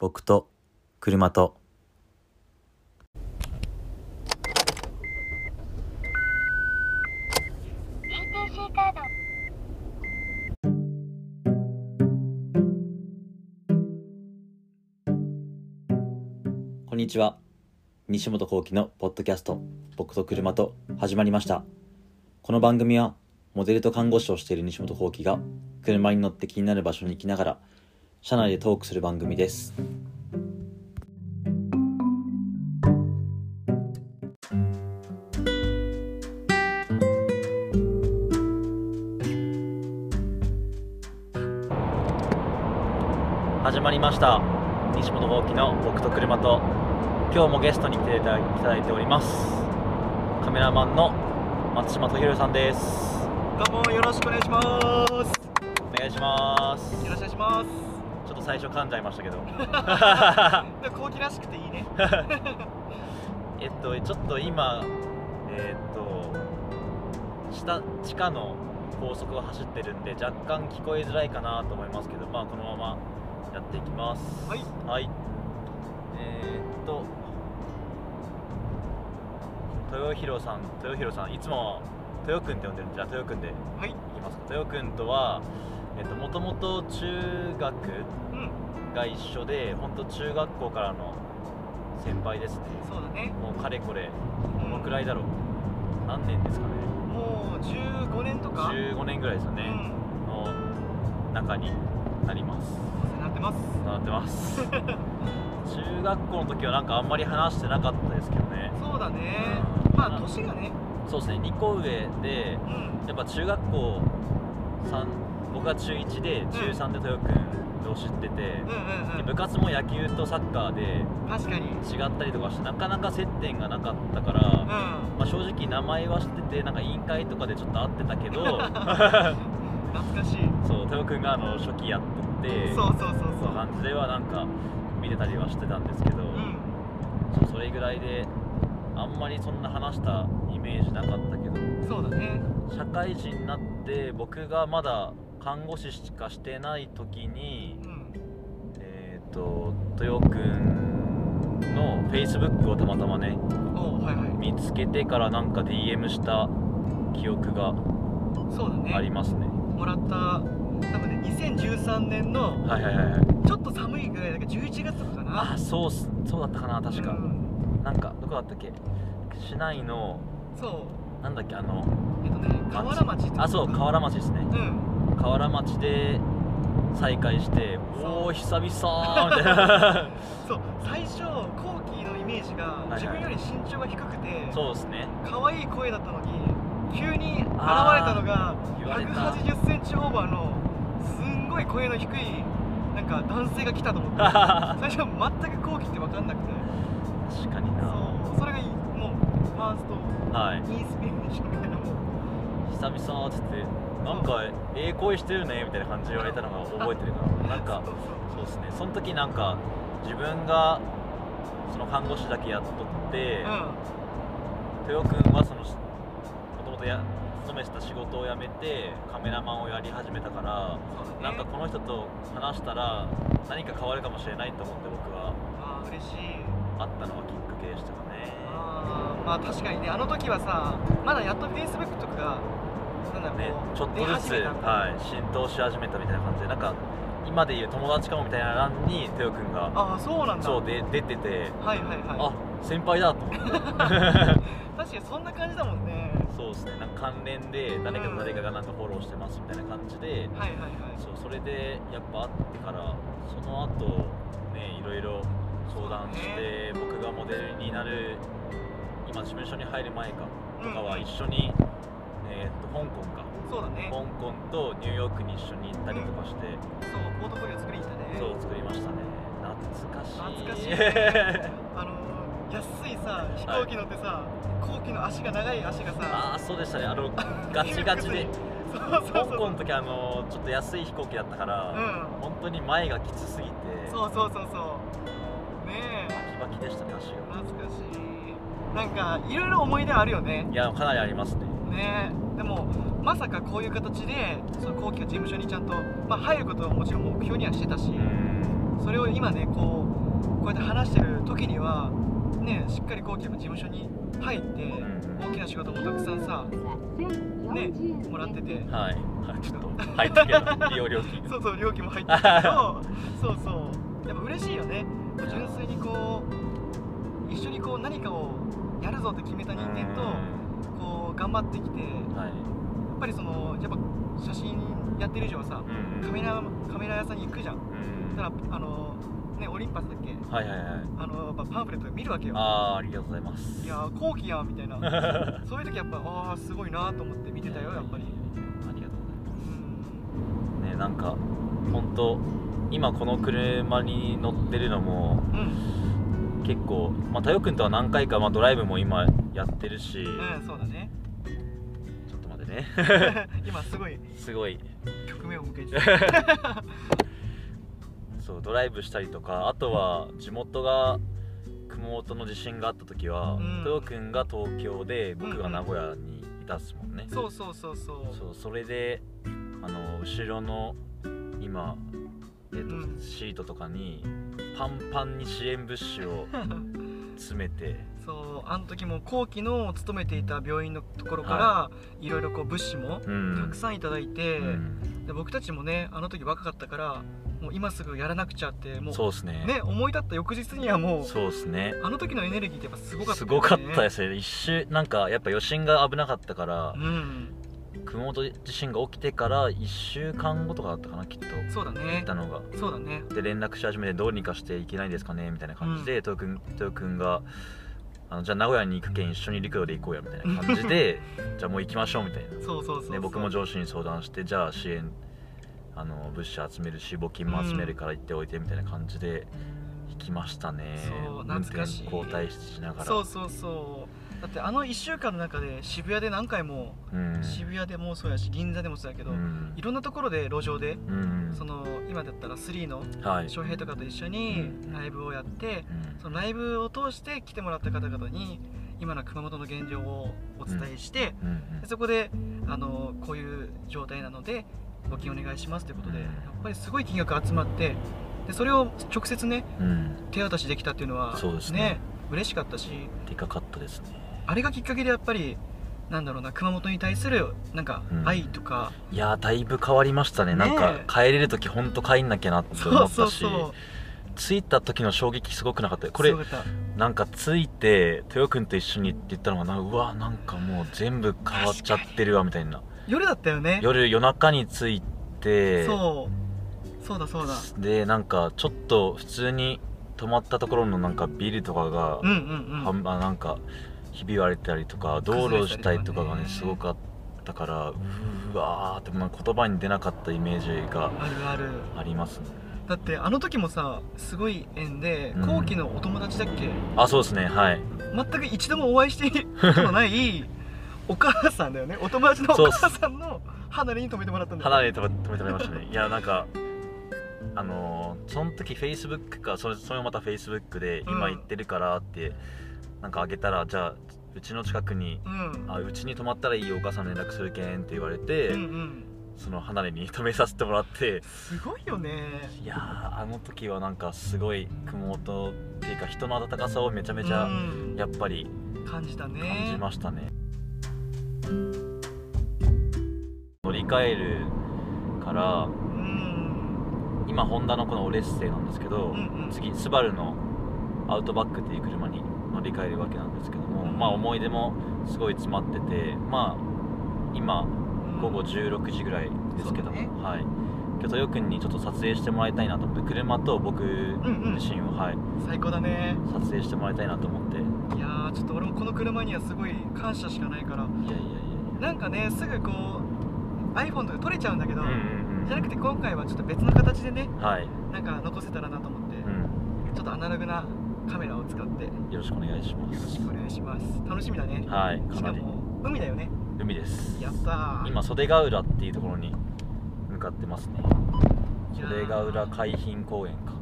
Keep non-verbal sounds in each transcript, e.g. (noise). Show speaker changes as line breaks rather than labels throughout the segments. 僕と車と
カード
こんにちは西本幸喜のポッドキャスト「僕と車と」始まりましたこの番組はモデルと看護師をしている西本幸喜が車に乗って気になる場所に行きながら車内でトークする番組です始まりました西本幸喜の「僕と車と」今日もゲストに来ていただいておりますカメラマンの松島とひろさんです
どうもよろしくお願いします。
お願いします
よろしくお願いしま
ちょっと最初噛んじゃいま
(laughs)
したけど
す。で、高貴らしくていいね。
えっとちょっと今えっと下地下の高速を走ってるんで若干聞こえづらいかなと思いますけどまあこのままやっていきます
はい
はいえーっと豊弘さん豊弘さんいつも豊君って呼んでるんでじゃあ豊君で
はい。
いきますか豊君とはもともと中学
うん。
が一緒で本当中学校からの先輩ですね
そうだね。
もうかれこれ
こ
どのく
い。
らいだろう何年ですかね
もう15年とか。
15年ぐらいですよ
う
ね、
ん。
の中になります
お世話になってます。
なってます
(laughs)
中学校の時はなんかあんまり話してなかったですけどね
そうだね。まあ年がね。
そうですね2個上で
うん。
やっぱ中学校3僕は中1で中3で豊君を知ってて、
うんうん
で
う
部
ん。
活も野球とサッカーで
確かに。うん。
違ったりとかしてなかなか接点がなかったから、ま
懐
あ、正直名前は知っててなんか委員会とかでちょっと会ってたけ
(laughs)
ど
かしい。
そう豊君があの初期やってて
そうそうそう
そ
そうう。
感じではなんか見てたりはしてたんですけど、
う
そうそれぐらいであんまりそんな話したイメージなかったけど
ん。そうだね。
社会人になって僕がまだ看護師しかしてない時に
うん。
えっ、と豊君の Facebook をたまたまね
おうはいはい。
見つけてからなんか DM した記憶が
そうだ
あり
ね。
ますね
もらった。多分ね、2013年の
はいはいはいはい
ちょっと寒いぐらいだから11月とかかな
あ。そうっすそうだったかな確か
うん
なんかどこだったっけ市内の
そう。
なんだっけあの
えっとね、河原町ってこと
あそう河原町ですね
うん
河原町で再会して
そう
おお久々みたいな
(laughs) そう最初コーキーのイメージが
いはい
自分より身長が低くて
そうですね
可愛い声だったのに急に現れたのが
言われ
1 8
た
0センチオーバーのすんごい声の低いなんか男性が来たと思って最初全くコーキーって分かんなくて
確かにな
そうそれがいいもうファースト
はい
インスピレーションみたいなもん
久々っつってなんかええ声してるねみたいな感じで言われたのが覚えてるななんか
そうそう
そうですねその時なんか自分がその看護師だけやっとって、豊君はそのもともとや勤めてた仕事を辞めてカメラマンをやり始めたから
うんそうだ
なんか
ね
この人と話したら何か変わるかもしれないと思って僕は
あー嬉しい
会ったのがきっかけでしたかね
あーまあ確かにねあの時はさまだやっと Facebook とかがなんだ
ね
ろう
ちょっとずつ、
出始めたんだ
はい、浸透し始めたみたいな感じでなんか今でいう友達かもみたいな欄に豊君が
ああそうなんだ
そうで出てて
はいはいは
あ先輩だと思って
い確かにそんな感じだもんね
そうですねなんか関連で誰かと誰かがなんかフォローしてますみたいな感じで
はいはいはい
そうそれでやっぱ会ってからその後ねいろいろ相談して、僕がモデルになる今事務所に入る前かとかは一緒に、えーっと香港か
そうだね
香港とニューヨークに一緒に行ったりとかして、
そうポートフォリオ作りに行ったね
そう作りましたね懐かしい
懐かしいあのー安いさ飛行機乗ってさ飛行機の足が長い足がさ
(laughs) ああそうでしたねあのガチガチで
そうそ
香
うそう
港の時あのちょっと安い飛行機だったか
う
ら、
ん
本当に前がきつすぎて
そうそうそうそうねえ
バキバキでしたね足が
懐かしいなんかいろいろ思い出あるよね
いやかなりありますね
ねえでもまさかこういう形でその後期が事務所にちゃんと、まあ、入ることはもちろん目標にはしてたし、
うん
それを今ねこうやって話してる時にはねしっかりこうきも事務所に入って、
ん
大きな仕事もたくさんさねもらってて
はい、はい、ちょっと入ってけど利用料金
(laughs) そうそう料金も入ってるけ (laughs) どそうそうやっぱ嬉しいよね純粋にこう一緒にこう何かをやるぞって決めた人間とこう頑張ってきてや
うんはい
っぱりそのやっぱ写真やってる以上はさ
うん
カメラカメラ屋さんに行くじゃん
うん
たらあのねオリンパスだっけ
はいはいはい
あのやっぱパンフレット見るわけよ
あーありがとうございます
いやー後期やみたいな
(laughs)
そういう時やっぱああすごいなと思って見てたよやっぱり
ありがとうございま
うん
すねなんか本当今この車に乗ってるのも
うん
結構まあ太陽君とは何回か、まあ、ドライブも今やってるし、
うんそうだね (laughs)
ちょっと待ってね (laughs)
今すごい
すごい
局面を向けて
(laughs)
る
そうドライブしたりとかあとは地元が熊本の地震があった時は、
うん
豊君が東京で僕が名古屋にいたっすもんね、
そうそうそうそう
そうそれであの後ろの今、えっと
うん
シートとかにパンパンに支援物資
(laughs)
を詰めて
そうあの時も後期の勤めていた病院のところから、いろいろこう物資も
うん
たくさんいただいて、
うん
で僕たちもねあの時若かったからもう今すぐやらなくちゃってもう
そうっすね
ね思い立った翌日にはもう
そうっすね
あの時のエネルギーってやっぱすごかった
す
よね、
ごかったですね一周なんかやっぱ余震が危なかったから
う、ん
熊本地震が起きてから1週間後とかだったかなきっと
そうだ
行っ
ね
たのが
そうだね
で連絡し始めてどうにかしていけないんですかねみたいな感じで、豊君豊君があのじゃあ名古屋に行くけん一緒に陸路で行こうやみたいな感じで (laughs) じゃあもう行きましょうみたいな
そうそうそうそう
で僕も上司に相談してじゃあ支援あの物資集めるし募金も集めるから行っておいてみたいな感じで行きましたね、
そう懐かしい
運転交代しながら
そうそうそうだってあの1週間の中で渋谷で何回も、
うん
渋谷でもそうやし銀座でもそうやけど、
うん
いろんなところで路上で
うん
その今だったら3の
はい、
翔平とかと一緒にライブをやって
うん
そのライブを通して来てもらった方々に今の熊本の現状をお伝えして、
うん
でそこであのこういう状態なので募金お願いしますということで
うん
やっぱりすごい金額集まってでそれを直接ね
うんうん
手渡しできたっていうのは
そうですね
嬉しかったし
でかかったですね
あれがきっかけでやっぱりなんだろうな熊本に対するなんか
うん
愛とか、
いやーだいぶ変わりましたね
ね
な
え
んか帰れる時ほんと帰んなきゃなって
そ
思
う
っ
そ
た
う
し
そう
着いた時の衝撃すごくなかったこれ
すごかった
なんか着いて豊君と一緒にって言ったのがなうわなんかもう全部変わっちゃってるわみたいな
夜だったよね
夜夜中に着いて
そうそうだそうだ
でなんかちょっと普通に泊まったところのなんかビルとかが、
うんうんう
は
ん
んあなんかひび割れたりとか道路したりとかがね
崩れたりとかね
すごかったからうわーってもなんか言葉に出なかったイメージが
あるある
ありますね
だってあの時もさすごい縁で
うん
後期のお友達だっけ、
あそうですねはい
全く一度もお会いしていることのないお母さんだよねお友達のお母さんの離れに止めてもらったんだよ
離れて止めてもらいました
(laughs)
ねいやなんかあのーその時フェイスブックかそれそれもまたフェイスブックで
うん
今行ってるからって、なんかあげたらじゃあうちの近くに
うん
あうちに泊まったらいいよお母さんに連絡するけんって言われて、
うんうん
その離れに止めさせてもらって
すごいよね
いやーあの時はなんかすごい熊本っていうか人の温かさをめちゃめち
う
ゃ
ん
やっぱり
感じたね
感じましたね、乗り換えるから
うん
今ホンダのこのオレッセイなんですけど、
うんうん
次スバルのアウトバックっていう車に乗り換えるわけなんですけども、
うん
まあ思い出もすごい詰まっててまあ今午後16時ぐらいですけども、
そうだ
はい今日豊君にちょっと撮影してもらいたいなと思って車と僕
うん
自身を、はい
最高だね
撮影してもらいたいなと思っていや
いやーちょっと俺もこの車にはすごい感謝しかないから
いやいやい
なんかねすぐこう iPhone とか撮れちゃうんだけど、
やうん
じゃなくて今回はちょっと別の形でね
うんはい、
なんか残せたらなと思って、
うん、
ちょっとアナログなカメラを使ってよ
よろしくお願いしま
ろ
す
しくお願いします楽しみだね
はい
し
か
か
なり
も海だよね
海です
やったー
今袖ヶ浦っていうところに向かってますね
いやー
袖ヶ浦海浜公園か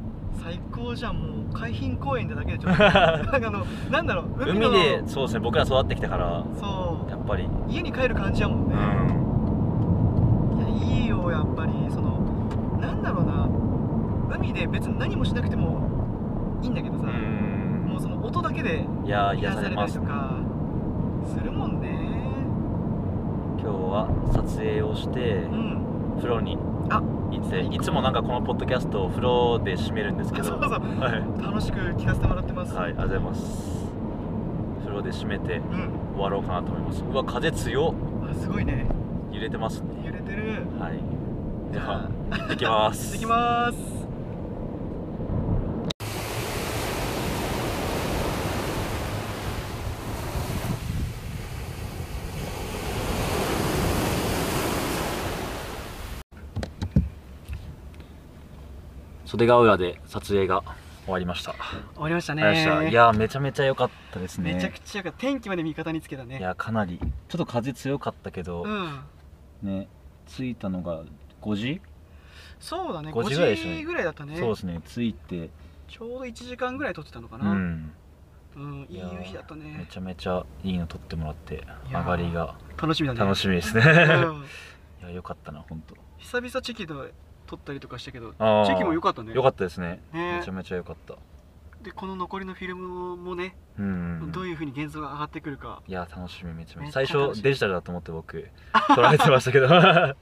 最高じゃんもう海浜公園でだけで
(laughs)
ちょっとなんかあのなんだろう
海
の
でそうですね僕ら育ってきたから
そ
やっぱり
う家に帰る感じやもん
う
ね、
ん
いやいいよやっぱりそのなんだろうな海で別に何もしなくてもいいんだけどさ、
ん
もうその音だけで
いやー
癒
癒
さ
さ
れ
れ
た
ま
り
す
と
今
かするもんね
日は撮影をして
うん
風呂に
あ
行っていつもなんかこのポッドキャストを風呂で締めるんですけ
あ (laughs) そ
ど
うそう
はい、はい、
楽しく聞かせてもらってます、
ありがとうございます風呂で締めて
うん
終わろうかなと思いますうわ風強っ
あすごいね
揺れてますね
揺れてる
はいじゃあ
(laughs) 行
行ってきます
ってきます
袖ヶ浦で撮影が終わりました
終わりましたね
終わりましたいやめちゃめちゃ良かったですね
めちゃくちゃか天気まで味方につけたね
いやかなりちょっと風強かったけど
う、ん
ね着いたのが5時、
そうだね
5時ぐらいでしたね
5時ぐらいだったね
そうですね着いて
ちょうど1時間ぐらい撮ってたのか
う
な、うん
ん
いい夕日だった
め
ね
ちゃめちゃいいの撮ってもらって
いやー
上がりが
楽しみだね
楽しみです (laughs) ね
うん
いや良かったな本当
久々チェキで撮ったりとかしたけど
あー
チェキも良かったね
良かったですね
ね
めちゃめちゃ良かった
でこの残りのフィルムもね、
うん
どういうふうに現像が上がってくるか (laughs)
いや楽しみめちゃめ
めっ
ちゃ
ちゃ
最
楽しみ
初デジタルだと思って僕撮られてましたけど (laughs)
そう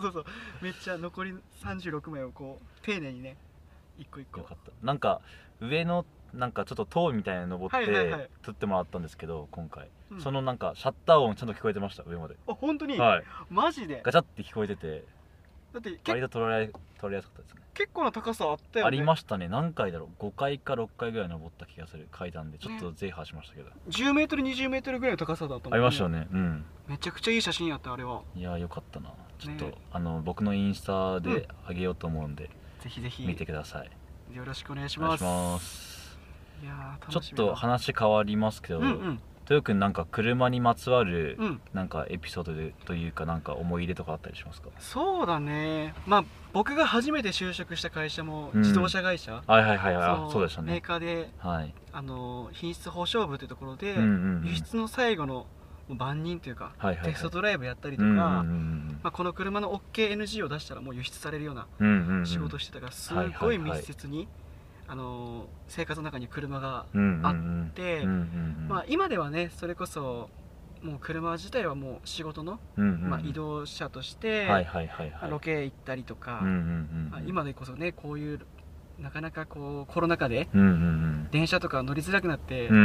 そうそうめっちゃ残り36枚をこう丁寧にね一個一個
よかったなんか上のなんかちょっと塔みたいなの登っ
はいはいはい
て撮ってもらったんですけど今回、
うん
そのなんかシャッター音ちゃんと聞こえてました上まで、
あ本当に、
はい
マジで
ガチャって聞こえてて
だってけ
割と撮られ撮られやすかったですね
結構な高さあったよね
ありましたね何回だろう5回か6回ぐらい登った気がする階段でちょっと制覇しましたけど、
10メートル20メートルぐらいの高さだったもん
ありましたよねうん
めちゃくちゃいい写真やったあれはい
やよかったなちょっと、
ね
あの僕のインスタ
うん
であげようと思うんで、
ぜひぜひ
見てください
よろしくお願いし
お願
ま
いし
す
ます
いやー
ちょ
楽し
っ
みだ
と話変わりますけど、
うんうん
豊君なんか車にまつわる
うん
なんかエピソードでというかなんか思い入れとかあったりしますか
そうだねまあ僕が初めて就職した会社も
うん
自動車会社、
はいはいはいはいあそうでした
メー
ね
カーで
はい、
あの品質保証部というところで、
うんうんうん
輸出の最後の万人というか、
はいはいはい
テストドライブやったりと
う
か、
んうん
まあ、この車の OKNG を出したらもう輸出されるような
うんうんうんうん
仕事してたからす
はい
ご
はいいはい
密接に、あの生活の中に車が
うんうんうん
あって、
うんうんうん
まあ、今ではねそれこそもう車自体はもう仕事の、
うんうん
まあ、移動車として、
はいはいはいはい
ロケ行ったりとか、
うんうん
ま
う
あ
ん
今でこそねこういうなかなかこうコロナ禍で
うんうん
電車とか乗りづらくなって、
うんう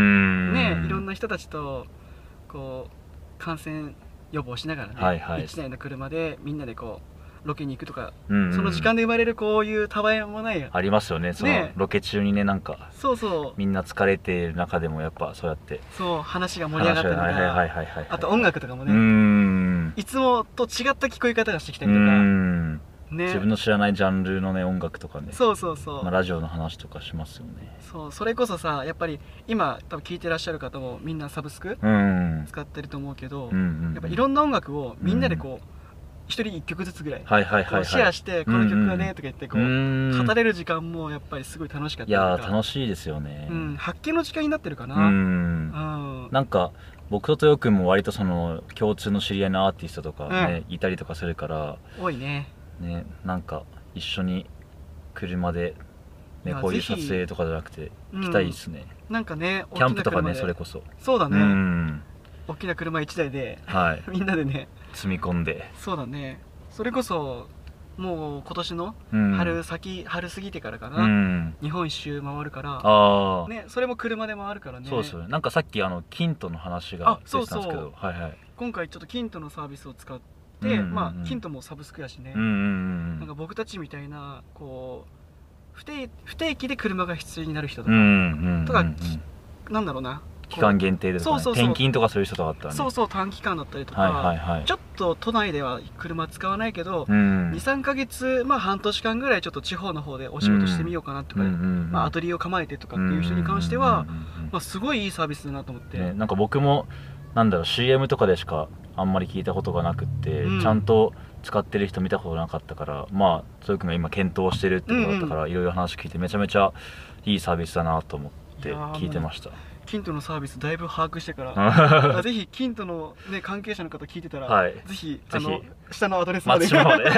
ん
ねいろん
な
な人たちとこう感染予防しながらね、
はいはい
1台の車でみんなでこうロケに行くとか、
そ
その時間で生まれるこういうたわいもない
ありますよねその
ね
ロケ中にねなんか
そうそう
みんな疲れている中でもやっぱそうやって
そう話が盛り上
話
がった
が
りと
はいはいはい
か
はいはい
あと音楽とかも
う
ね、
ん
いつもと違った聞こえ方がしてきた
う
りとか、
ん
ね
自分の知らないジャンルのね音楽とかね
そうそうそう、
まあ、ラジオの話とかしますよね
そうそれこそさやっぱり今多分聞いてらっしゃる方もみんなサブスク
うんうん
使ってると思うけど、
うんうん
やっぱいろんな音楽をみんなでこう一、人一曲ずつぐらい、
はいはいはい
こ
は
う
い
シェアしてこの曲がねとか言ってこう、
うん
語れる時間もやっぱりすごい楽しかった
い
りと
や
か
ー楽しいですよね
うん、発見の時間になってるか
う
な、うん
んなんか僕と豊君も割とその共通の知り合いのアーティストとかね、いたりとかするから
多いね
ねなんか一緒に車で、
い
ね
や、
こういう
ぜ
撮
ひ
影とかじゃなくて
うん
行きたいですね、
なんかね
キャンプとかね
大きな車で
それこそ、
そうだ
う
ね、
ん
大きな車1台で
はい
(laughs) みんなでね
積み込んで、
そうだねそれこそもう今年の
うん、
春先、春過ぎてからか
う
な、
ん
日本一周回るから
ああ、
ねそれも車で回るからね
そうですよねなんかさっきあのキントの話が
あ
出てたんですけ
そう
どはいはい
今回ちょっとキントのサービスを使っ
う
て、
んうんうん
まあキントもサブスクやしね、
うんうんう
なん
ん
か僕たちみたいなこう不定不定期で車が必要になる人と
う
か、
んうんうん
とかきなんだろうな
期間限定でとか、ね、
そうそうそう
転勤とかそういう人とかあったらね
そうそう短期間だったりとか、
はいはいはい
ちょっと都内では車使わないけど、
うん
23ヶ月まあ半年間ぐらいちょっと地方の方でお仕事してみようかなとか、まあ、アトリエを構えてとかっていう人に関しては、
うんうんうんうん
まあ、すごいいいサービスだなと思って、
ね、なんか僕もなんだろう CM とかでしかあんまり聞いたことがなくって、
うん
ちゃんと使ってる人見たことなかったからまあそういう君が今検討してるってことだったから、いろいろ話聞いてめちゃめちゃいいサービスだなと思って
いやー
聞いてました
キントのサービスだいぶ把握してか
(laughs)
ら
は
あぜひキントの、ね、関係者の方聞いてたら、
い
ぜひ
ぜ
あ
ひ
の下のアドレスまで
松島まで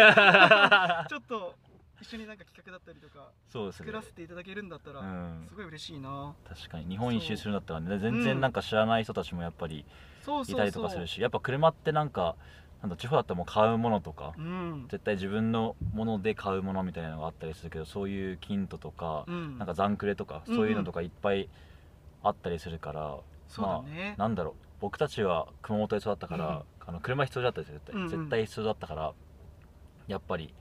ちょっと (laughs) 一緒になんか企画だったりとか
そうですね
作らせていただけるんだった
う
ら
ん
すごい嬉しいな
確かに日本一周するんだったらね全然なんか知らない人たちもやっぱり
そうそうそう
いたりとかするし、やっぱ車ってなんかなんだ地方だったらもう買うものとか、
うん
絶対自分のもので買うものみたいなのがあったりするけどそういうキントとか、
うん
なんか残クレとか
うんうん
そういうのとかいっぱいあったりするから、
そうだね、
なんだろう僕たちは熊本で育ったから、あの車必要だったんですよ絶対、
うんうん
絶対必要だったからやっぱり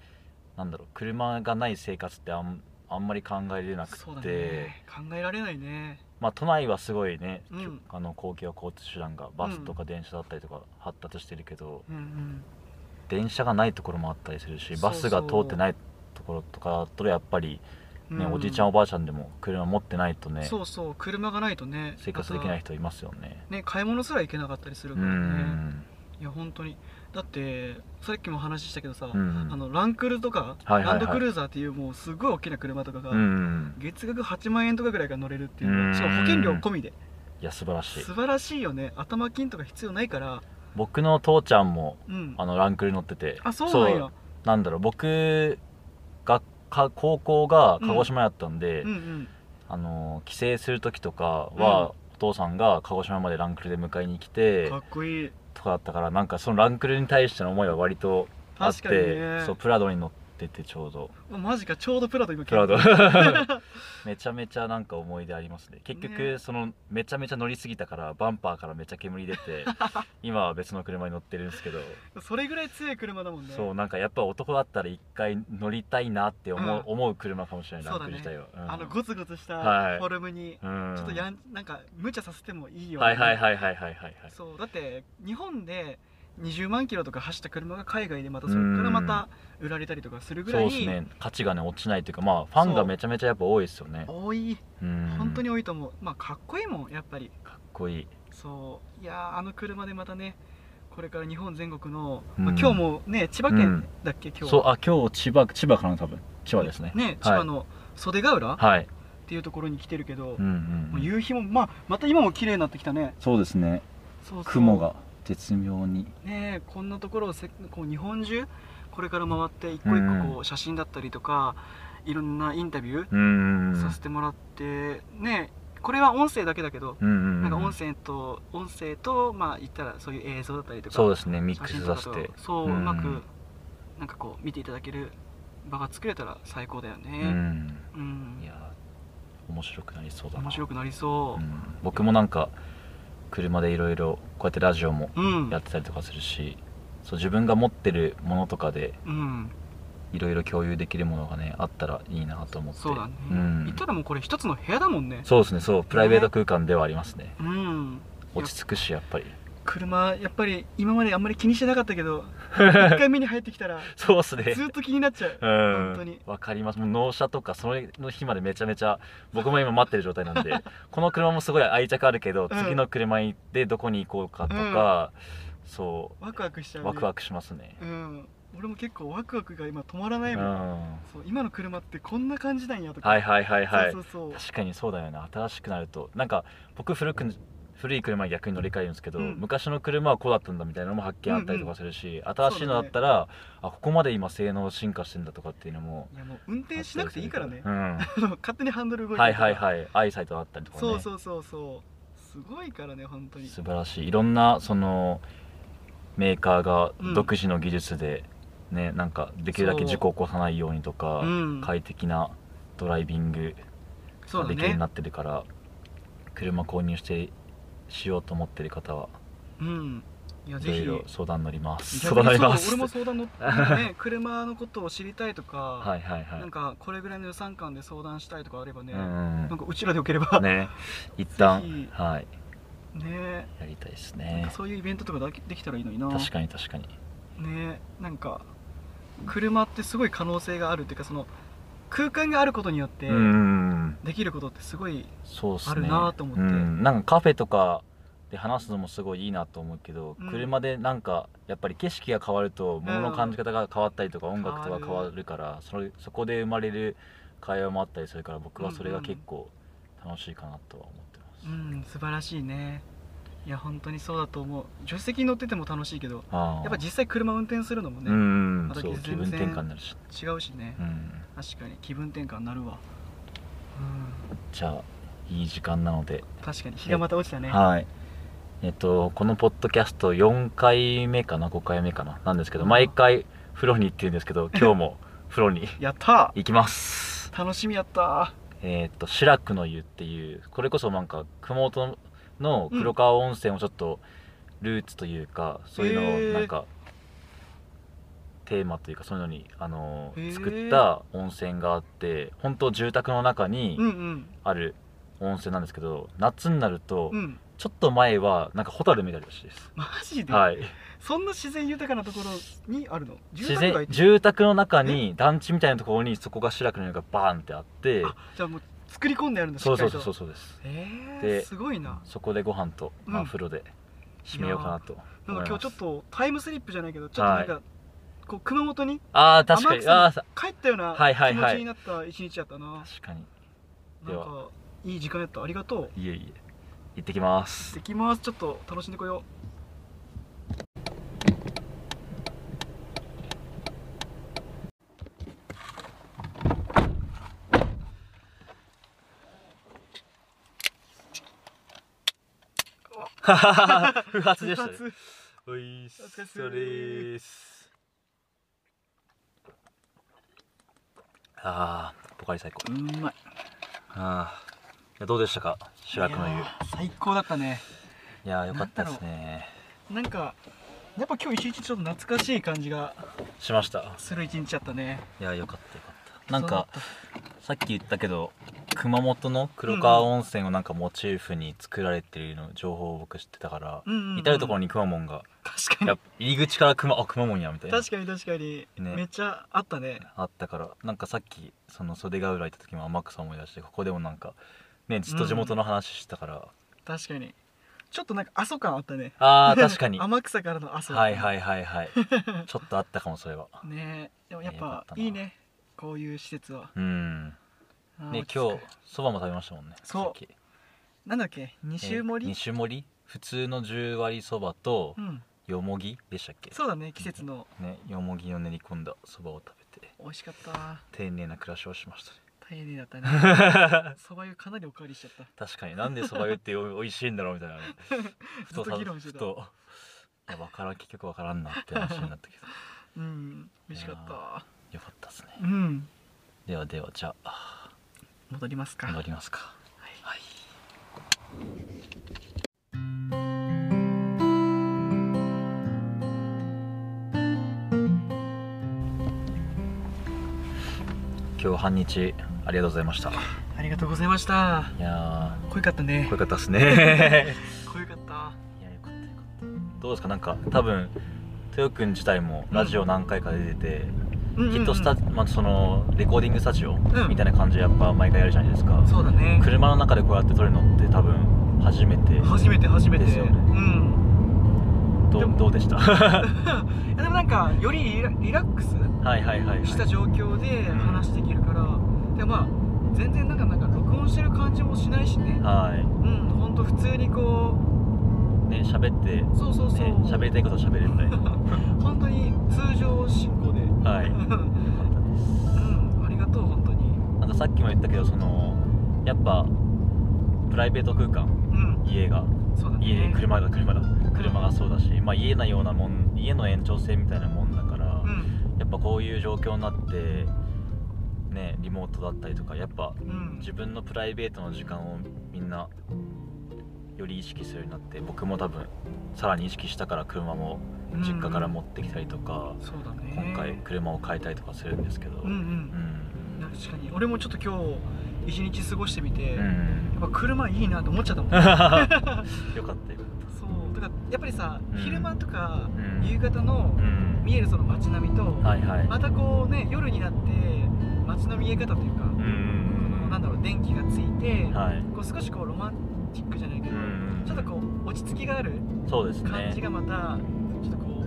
なんだろう車がない生活ってあんあんまり考えれなく
そうだ
て、
ね考えられないね
まあ都内はすごいね、
うん
あの公共交通手段がバスとか電車だったりとか発達してるけど、
うんうん
電車がないところもあったりするし
そうそう
バスが通ってないところとかだとやっぱり、
う
ねおじいちゃんおばあちゃんでも車持ってないとね
そうそう車がないとね
生活できない
ま
人いますよね。
たね買い物すら行けなかったりする
う
からね、
ん
いや本当にだってさっきも話したけどさ、
うん
あのランクルとか、
はいはいはい
ランドクルーザーっていうもうすごい大きな車とかが、
うん
月額8万円とかぐらいが乗れるっていうの
う
は
ん
しかも保険料込みで
いや素晴らしい
素晴らしいよね頭金とか必要ないから
僕の父ちゃんも
うん
あのランクル乗ってて
あそうなんや
そうなんだろう僕がか高校が鹿児島やったんで、
うんうん
あの帰省する時とかは、お父さんが鹿児島までランクルで迎えに来て
かっこいい
とかだったからなんかそのランクルに対しての思いは割とあって、
確かにね
そうプラドに乗っててちょうど
うわマジかちょうどプラド今
プラド (laughs)
(laughs) ド
めちゃめちゃなんか思い出ありますね結局、
ね
そのめちゃめちゃ乗りすぎたからバンパーからめちゃ煙出
(laughs)
て今は別の車に乗ってるんですけど、
それぐらい強い車だもんね
そうなんかやっぱ男だったら一回乗りたいなって思う,、
う
思う車かもしれないランクル
そう
自
だね
体は、うん
あのゴツゴツした
はい
フォルムに、
うん
ちょっとやんなんか無茶させてもいいような
はいはいはいはいはいはいはい
そうだって日本で20万キロとか走った車が海外でまたそれからまた売られたりとかするぐ
そ
ら
うです
い
ね価値がね落ちないというかまあファンがめちゃめちゃやっぱ多いですよね
多い
うん
本当に
か
多いと思うまあかっこいいもんやっぱり
っこいい
そういやーあの車でまたねこれから日本全国の、
うん
まあ、今日もね千葉県だっけ、今日
そう
は
あ今日千葉千葉かな多分千葉ですね
ね千葉の袖ヶ浦っ
はい、
ていうところに来てるけど、
うんう
もう
う
ん
ん、
夕日も、まあ、また今も綺麗になってきたね
そうですね
そうそう
雲が絶妙に
ねえこんなところをせこう日本中これから回って一個一個こ
う
う写真だったりとか、いろんなインタビュ
うんうんうん
ーさせてもらって、ねえこれは音声だけだけど、
うんうんうん
なんか音声と音声とまあ言ったらそういう映像だったりとか
そうですねミッ
写
クス
真と
さ
か
せ
と
て
そう、う
うん
まくなんかこう見ていただける場が作れたら最高だよ
う
ね
ん
うん、
いやー面白くなりそうだな
面白くなりそ
うん僕もなんか車でいろいろこうやってラジオも
ううん
やってたりとかするし、そう自分が持ってるものとかで
うん
いろいろ共有できるものがねあったらいいなと思って
そうだね、
うん
言ったらもうこれ一つの部屋だもんね
そうですねそうプライベート空間ではありますね
うん
落ち着くしやっぱり (laughs)
車やっぱり今まであんまり気にしてなかったけど一回目に入ってきたら
そうですね
ずっと気になっちゃう
うん
本当に
わかりますもう納車とかその日までめちゃめちゃ僕も今待ってる状態なんで (laughs) この車もすごい愛着あるけど、
うん
次の車でどこに行こうかとか、そ
ワクワクしちゃ
う
う、ね、
ワクワ
ク
クしますね、
うん俺も結構ワクワクが今止まらな
う
い
ん、
もん、
は
そう今の車ってこんな感じなんやと
い
か
はいはいはい
そうそうそう
確かにそうだよね新しくなるとなんか僕古く古い車に逆に乗り換えるんですけど、
うん
昔の車はこうだったんだみたいなのも発見あったりとかするし、新しいのだ
そうだね
ったら、あここまで今性能進化してんだとかっていうのも
いやもう運転しなくていいからね
う
(laughs)
ん
勝手にハンドル動いて
はいはいはいアイサイトだったりとかね
そうそうそうそうすごいからね本当に
素晴らしいいろんなそのメーカーが
うん
独自の技術で、ねなんかできるだけ事故を起こさないようにとか、
うん
快適なドライビング
そ
が
うだ
できるよう
ね
になってるから、車購入してしようと思ってる方は
うんいや
い
ぜ
ろ
ひ
いろ相談乗ります
逆
相談乗
に
り
そう
ます
俺も相談乗っ
(laughs)
て、ね、車のことを知りたいとか、
はいはいはい
なんかこれぐらいの予算感で相談したいとかあればね、
う
なんんかうちらでよければ
うん
(laughs) ね
ね一旦
ぜひ
はい
え
やりたいです
なん
ね
かそういうイベントとかだけできたらいいのにな
確かに確かに
ねえなんか車ってすごい可能性があるっていうかその空間があることによって
うんうんうん
できることってすごい
そうっすね
あるなと思って
うん、なんかカフェとかで話すのもすごいいいなと思うけど、
うん
車でなんかやっぱり景色が変わると物の感じ方が変わったりとか、
ん
音楽とか変わるからそれそこで生まれる会話もあったりするから僕はそれが結構楽しいかなとは思ってます、
うん素晴らしいねいや本当にそうだと思う助手席に乗ってても楽しいけど
あー
やっぱ実際車運転するのもね、
うん
また
そう
全
気
然
分転換になるし、
違うしね
うん、
確かに気分転換になるわう
じゃあいい時間なので、
ん確かに日がまた落ちたね
はいえっとこのポッドキャスト4回目かな5回目かななんですけど毎回風呂に行ってるんですけど今日も (laughs) 風呂に
やった
行きます
ー楽しみやった
えーっとシラクの湯っていうこれこそなんか熊本の黒川温泉をちょっとルーツというか、そういうのをなんか、テーマというかそういうのにあの
へー
作った温泉があって本当住宅の中に
ーうん
ある温泉なんですけど、夏になると
うんうん
ちょっと前はなんかホタル見たりらしいです、
マジで、
はい
そんな自然豊かなところにあるの住
自
宅
然
街
住宅の中に団地みたいなところにそこが白くの湯がバーンってあって
あじゃあもう作り込んであるんだしっか
そう
り
そ
と
うそうそうそうです
えー、
です
ごいな
そこでご飯と、まあ、
うん
風呂で締めようかなと
なんか今日ちょっとタイムスリップじゃないけどちょっと
は
ないんか、こう熊本に
ああ確か
天
に
草の
あーさ
帰ったような
はいはい
気
は
持
い
ちになった一日やったな、
確かに
な
で
んかいい時間やったありがとう行
いえいえ行ってきます
ってきますちょっと楽しんでこよ
はははは (laughs) 不
う
発でしたね
復活
おいっす
お疲れっす
それーすああポカリ最高
うんまい
ああいやどうでしたか白くの湯
いやー最高だったね
いやーよかったですね
なんかやっぱ今日一日ちょっと懐かしい感じが
しました
する一日やったね
いやーよかったよかったなんかさっき言ったけど熊本の黒川温泉をなんかモチーフに作られてるの情報を僕知ってたから、
うんうんうん
至る所にくまモンが
確
い
かに
や入り口からくまあくまモンやみたいな
確かに確かに、
ね
めっちゃあったね
あったからなんかさっきその袖ヶ浦行った時も天草思い出してここでもなんかねずっと地元の話してたから、
確かにちょっとなんか阿蘇感あったね
あー確かには
(laughs) 天草からの阿蘇
いはいはいはいちょっとあったかもそれは
ねえでもやっ
ねえよか
ぱ
ったない
いねこういう施設は
うんね
あー
今日
落ち着く
そばも食べましたもんね
そう
さっき
なんだっけ二
え
周盛り、
二種盛り普通の十割そばと
うん
よもぎでしたっけ
そうだね季節の
ねよもぎを練り込んだそばを食べて
美味しかった
丁寧な暮らしをしましたね
大変だっ
(laughs)
たねそば湯かなりおかわりしちゃった
確かになんでそば湯って
(laughs)
お美味しいんだろうみたいなふ
ずっと議論して
ふ
た
といやわからん結局わからんなって話になったけど
うん美味しかった
よかったですね
うん
ではではじゃあ
戻りますか
戻りますかはい、今日半日ありがとうございましたい
ありがとうございました
や
濃いかった
ー
ね
濃かったです
(laughs)
ね
濃いかった
いやよかったよかったどうですかなんか多分豊君自体もラジオ何回か出てて、
うんうんうん
きっとスタ、まあ、そのレコーディングスタジオ
ん
みたいな感じでやっぱ毎回やるじゃないですか、
そうだね
車の中でこうやって撮るのって多分初めて
初めて初めて
ですよね
うん
ど
で
う
も
どうでした (laughs) はい
やでもなんかよりリラリラックス
いはいはい、はい、
した状況で話できるから、でまあ全然なんかなんか録音してる感じもしないしね
は
うんほんと普通にこ
いね喋ってね
うそうそうそう、
喋りたいこと喋れるみ
(laughs)
たいな
本当に通常進行で、
はいよ
う
かった
ん
です
うんありがとう本当に
なんかさっきも言ったけどそのやっぱプライベート空間
うん
家が
そうだね
家車だ車だ車がそうだし、まあ、家なようなもん家の延長線みたいなもんだから、
うん
やっぱこういう状況になってねリモートだったりとかやっぱ
うん
自分のプライベートの時間をみんなより意識するようになって僕も多分さらに意識したから車も実家から持ってきたりとか、
そうだね
今回車を変えたりとかするんですけど、
うんう
うんん
確かに俺もちょっと今日一日過ごしてみて、
う
や
ん
(laughs) っぱ車いいなと思っ
(laughs)
ちゃったもん
よかったよかった
そうだからやっぱりさ、
うん
昼間とか
うん
夕方の
うん
見えるその街並みと、
はいはい
またこうね夜になって街の見え方というか、
うん
このなんだろう電気がついて、
はい
こう少しこうロマンチックじゃないけど、
うん
ちょっとこう落ち着きがある
そうです
感じ
ね
がまた、ちょっとこ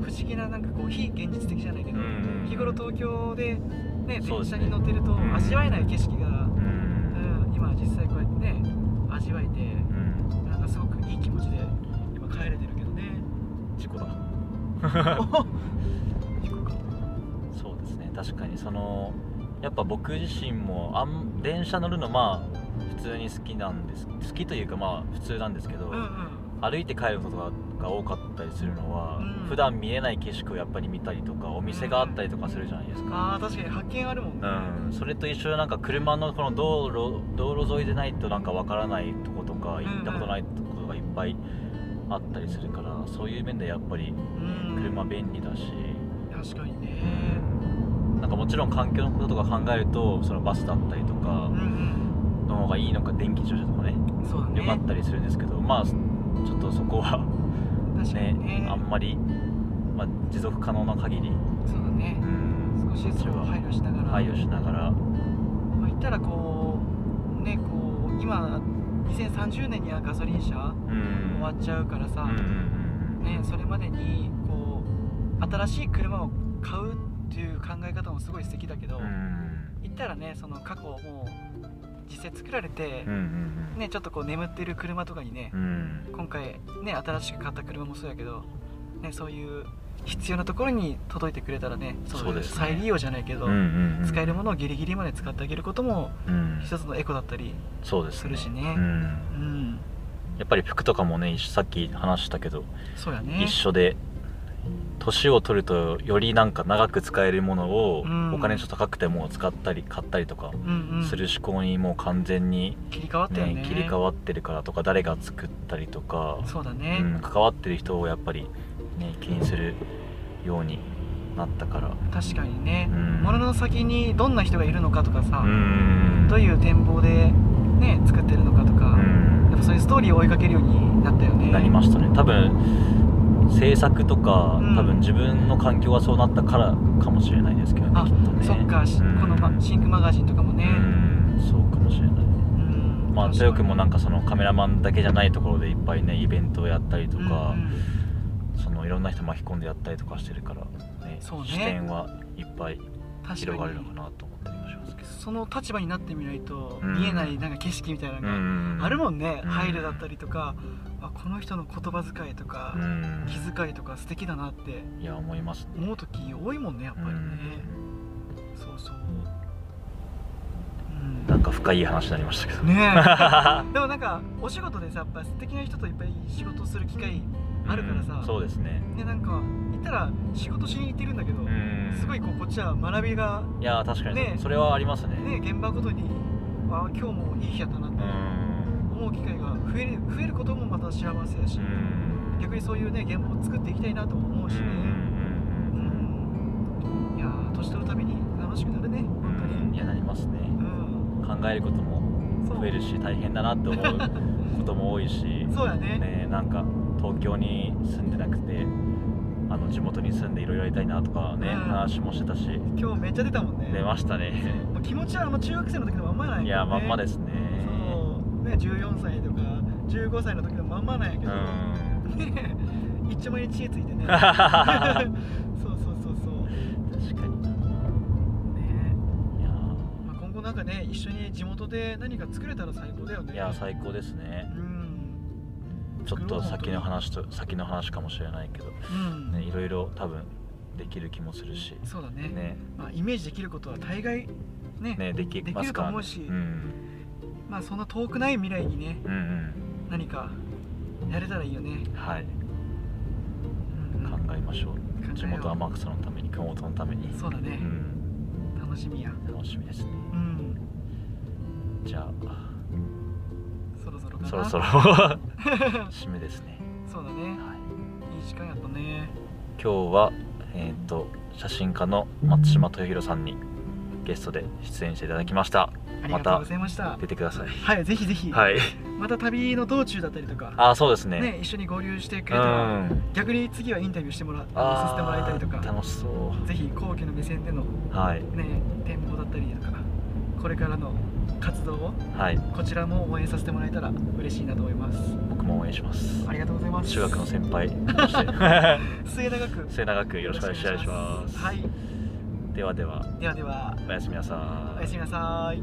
う不思議ななんかこう非現実的じゃないけど、
うん
日頃東京で、ね、
そう
電
です
車
ね
に乗ってると
うん
味わえない景色が、
う
うんん今実際こうやってね味わえて
うん
なんかすごくいい気持ちで (laughs)
そうですね確かにそのやっぱ僕自身もあん電車乗るのまあ普通に好きなんです好きというかまあ普通なんですけど、
うん
歩いて帰ることがが多かったりするのは、
うん
普段見えない景色をやっぱり見たりとかお店があったりとかするじゃないです
うん、
か、
あー確かに発見あるもんね、
うん、それと一緒でなんか車のこの道路道路沿いでないとなんかわからないとことか
ん
行ったことないとことがいっぱいあったりするからそういう面でやっぱり
うん
車便利だし、
確かにね、
なんかもちろん環境のこととか考えるとそのバスだったりとか
うんうん
の方がいいのか電気自動車とかね
そうだね
良かったりするんですけどまあちょっとそこは
確か
ね
にね
あんまり、まあ、持続可能な限り、
そうだね
うん、
少しずつこう配慮しながら、
配慮しながら
まあ、言ったらこうねこう今2030年にはガソリン
う
車
ん
終わっちゃうからさ、
うんうん
ね、それまでにこう新しい車を買うっていう考え方もすごい素敵だけど、
うんうん
言ったらねその過去もう実際作られて
うんう、ん
ね、ちょっとこう眠ってる車とかにね
う、ん
今回ね新しく買った車もそうやけど、ね、そういう必要なところに届いてくれたらねそう
そう
い
で
う
すね
再利用じゃないけど、
うんうんうん
使えるものをギリギリまで使ってあげることも
うん
一つのエコだったり
そうですす
るしね
うん
うん
やっぱり服とかもね一緒さっき話したけど
そうやね
一緒で年を取るとよりなんか長く使えるものを
うん
お金ちょっと高くても使ったり買ったりとか
うんうん
する思考にもう完全に、
切り替わったよね
ね、切り替わってるからとか誰が作ったりとか、
そうだ
う
ね、
ん、関わってる人をやっぱり、ね、気にするようになったから。
確かにね
う、ん
物の先にどんな人がいるのかとかさ、
うん
どういう展望でね作ってるのかとか
う、ん
やっぱそういうストーリーを追いかけるようになったよね
なりましたね多分制作とか、
うん
多分自分の環境がそうなったからかもしれないですけどね
あ
きっとね
そっか、し
うん
このまシンクマガジンとかも
う
ね、
んそうかもしれない
うん
まあ強くもなん
か
かそのカメラマンだけじゃないところでいっぱいねイベントをやったりと
うん
か、
うん
そのいろんな人巻き込んでやったりとかしてるから、ね
そうね
視点はいっぱい
確
広
か
が
に
るのかなと思ったりもしますけど
その立場になってみないと
うん
見えないなんか景色みたいなのがあるもんね、
うん
配慮だったりとかあこの人の言葉遣いとか、
うん
気遣いとか素敵だなって
いや思いますね
思う時多いもんねやっぱりね、そうそう、うん、
なんか深い話になりましたけど (laughs)
ねえでもなんかお仕事でさやっぱ素敵な人といっぱい仕事する機会あるからさ、
うんそうですね
ねなんか言ったら仕事しに行ってるんだけど、
うん
すごいこうこっちは学びが
いやー確かに、
ね
それはありますね
ね現場ごとにあ今日もいい日やったなっ
う
て
ん
思う機会が増える増えることもまた幸せやし、
うん
逆にそういうね現場を作っていきたいなとも思うしね、
うん
うんいやー年取るたびに楽しくなるね
うんうん
本
うんいやなりますね
当にうん
考えることも
そう
増えるし大変だなって思うことも多いし
そうやね
ねなんか東京に住んでなくてあの地元に住んでいろいろやりたいなとかね、
うん
話もしてたし
今日めっちゃ出たもんね
出ましたね
もう気持ちはあの中学生の時のまんまなんやけど、ね、
いやまんまですね
そうね14歳とか15歳の時のまんまなんやけ
う
ど、
ん
ね一丁前に知恵つい
(laughs)
てねそうそうそうそう
確かに
ね
いや
まあ、今後なんかね一緒に地元で何か作れたら最高だよね
ーいやー最高ですね
うん
ちょっと先の話と先の話かもしれないけど
うん、
ね、いろいろ多分できる気もするし、
そうだね
ね
まあ、イメージできることは大概ね
ね、でき
できる
ますから、
と思
ね
うし
うん
まあそんな遠くない未来にね
うん
何かやれたらいいよね
う、ん、はい、
うんうん
考えましょ
えよう
う地元天草のために熊本のために
そうだ
う
ね、
ん、
楽しみや
楽しみですね
うん
じゃあ
そろそろかな
そろそ
(laughs)
ろ締めですね、
そうだね
はい、
いい時間やったね
今日はえっ、と写真家の松島豊弘さんにゲストで出演していただきました
ありがとうございました
出てください
はいぜひぜひ、
はい
また旅の道中だったりとか
あーそうですね
ね一緒に合流してく
う
れ
ん
たら、逆に次はインタビューしてもら
あー
させてもらいたりとか
楽しそ
ぜひ後期の目線での、ね、
うはい
展望だったりとかこれからの活動を
はい
こちらも応援させてもらえたら嬉しいなと思います
僕も応援します
ありがとうございます
中学の先輩と
(laughs)
して (laughs)
末永く
末永くよろしくお願いします
はい
ではでは
ではでは
おやすみなさ
お
い
やすみなさい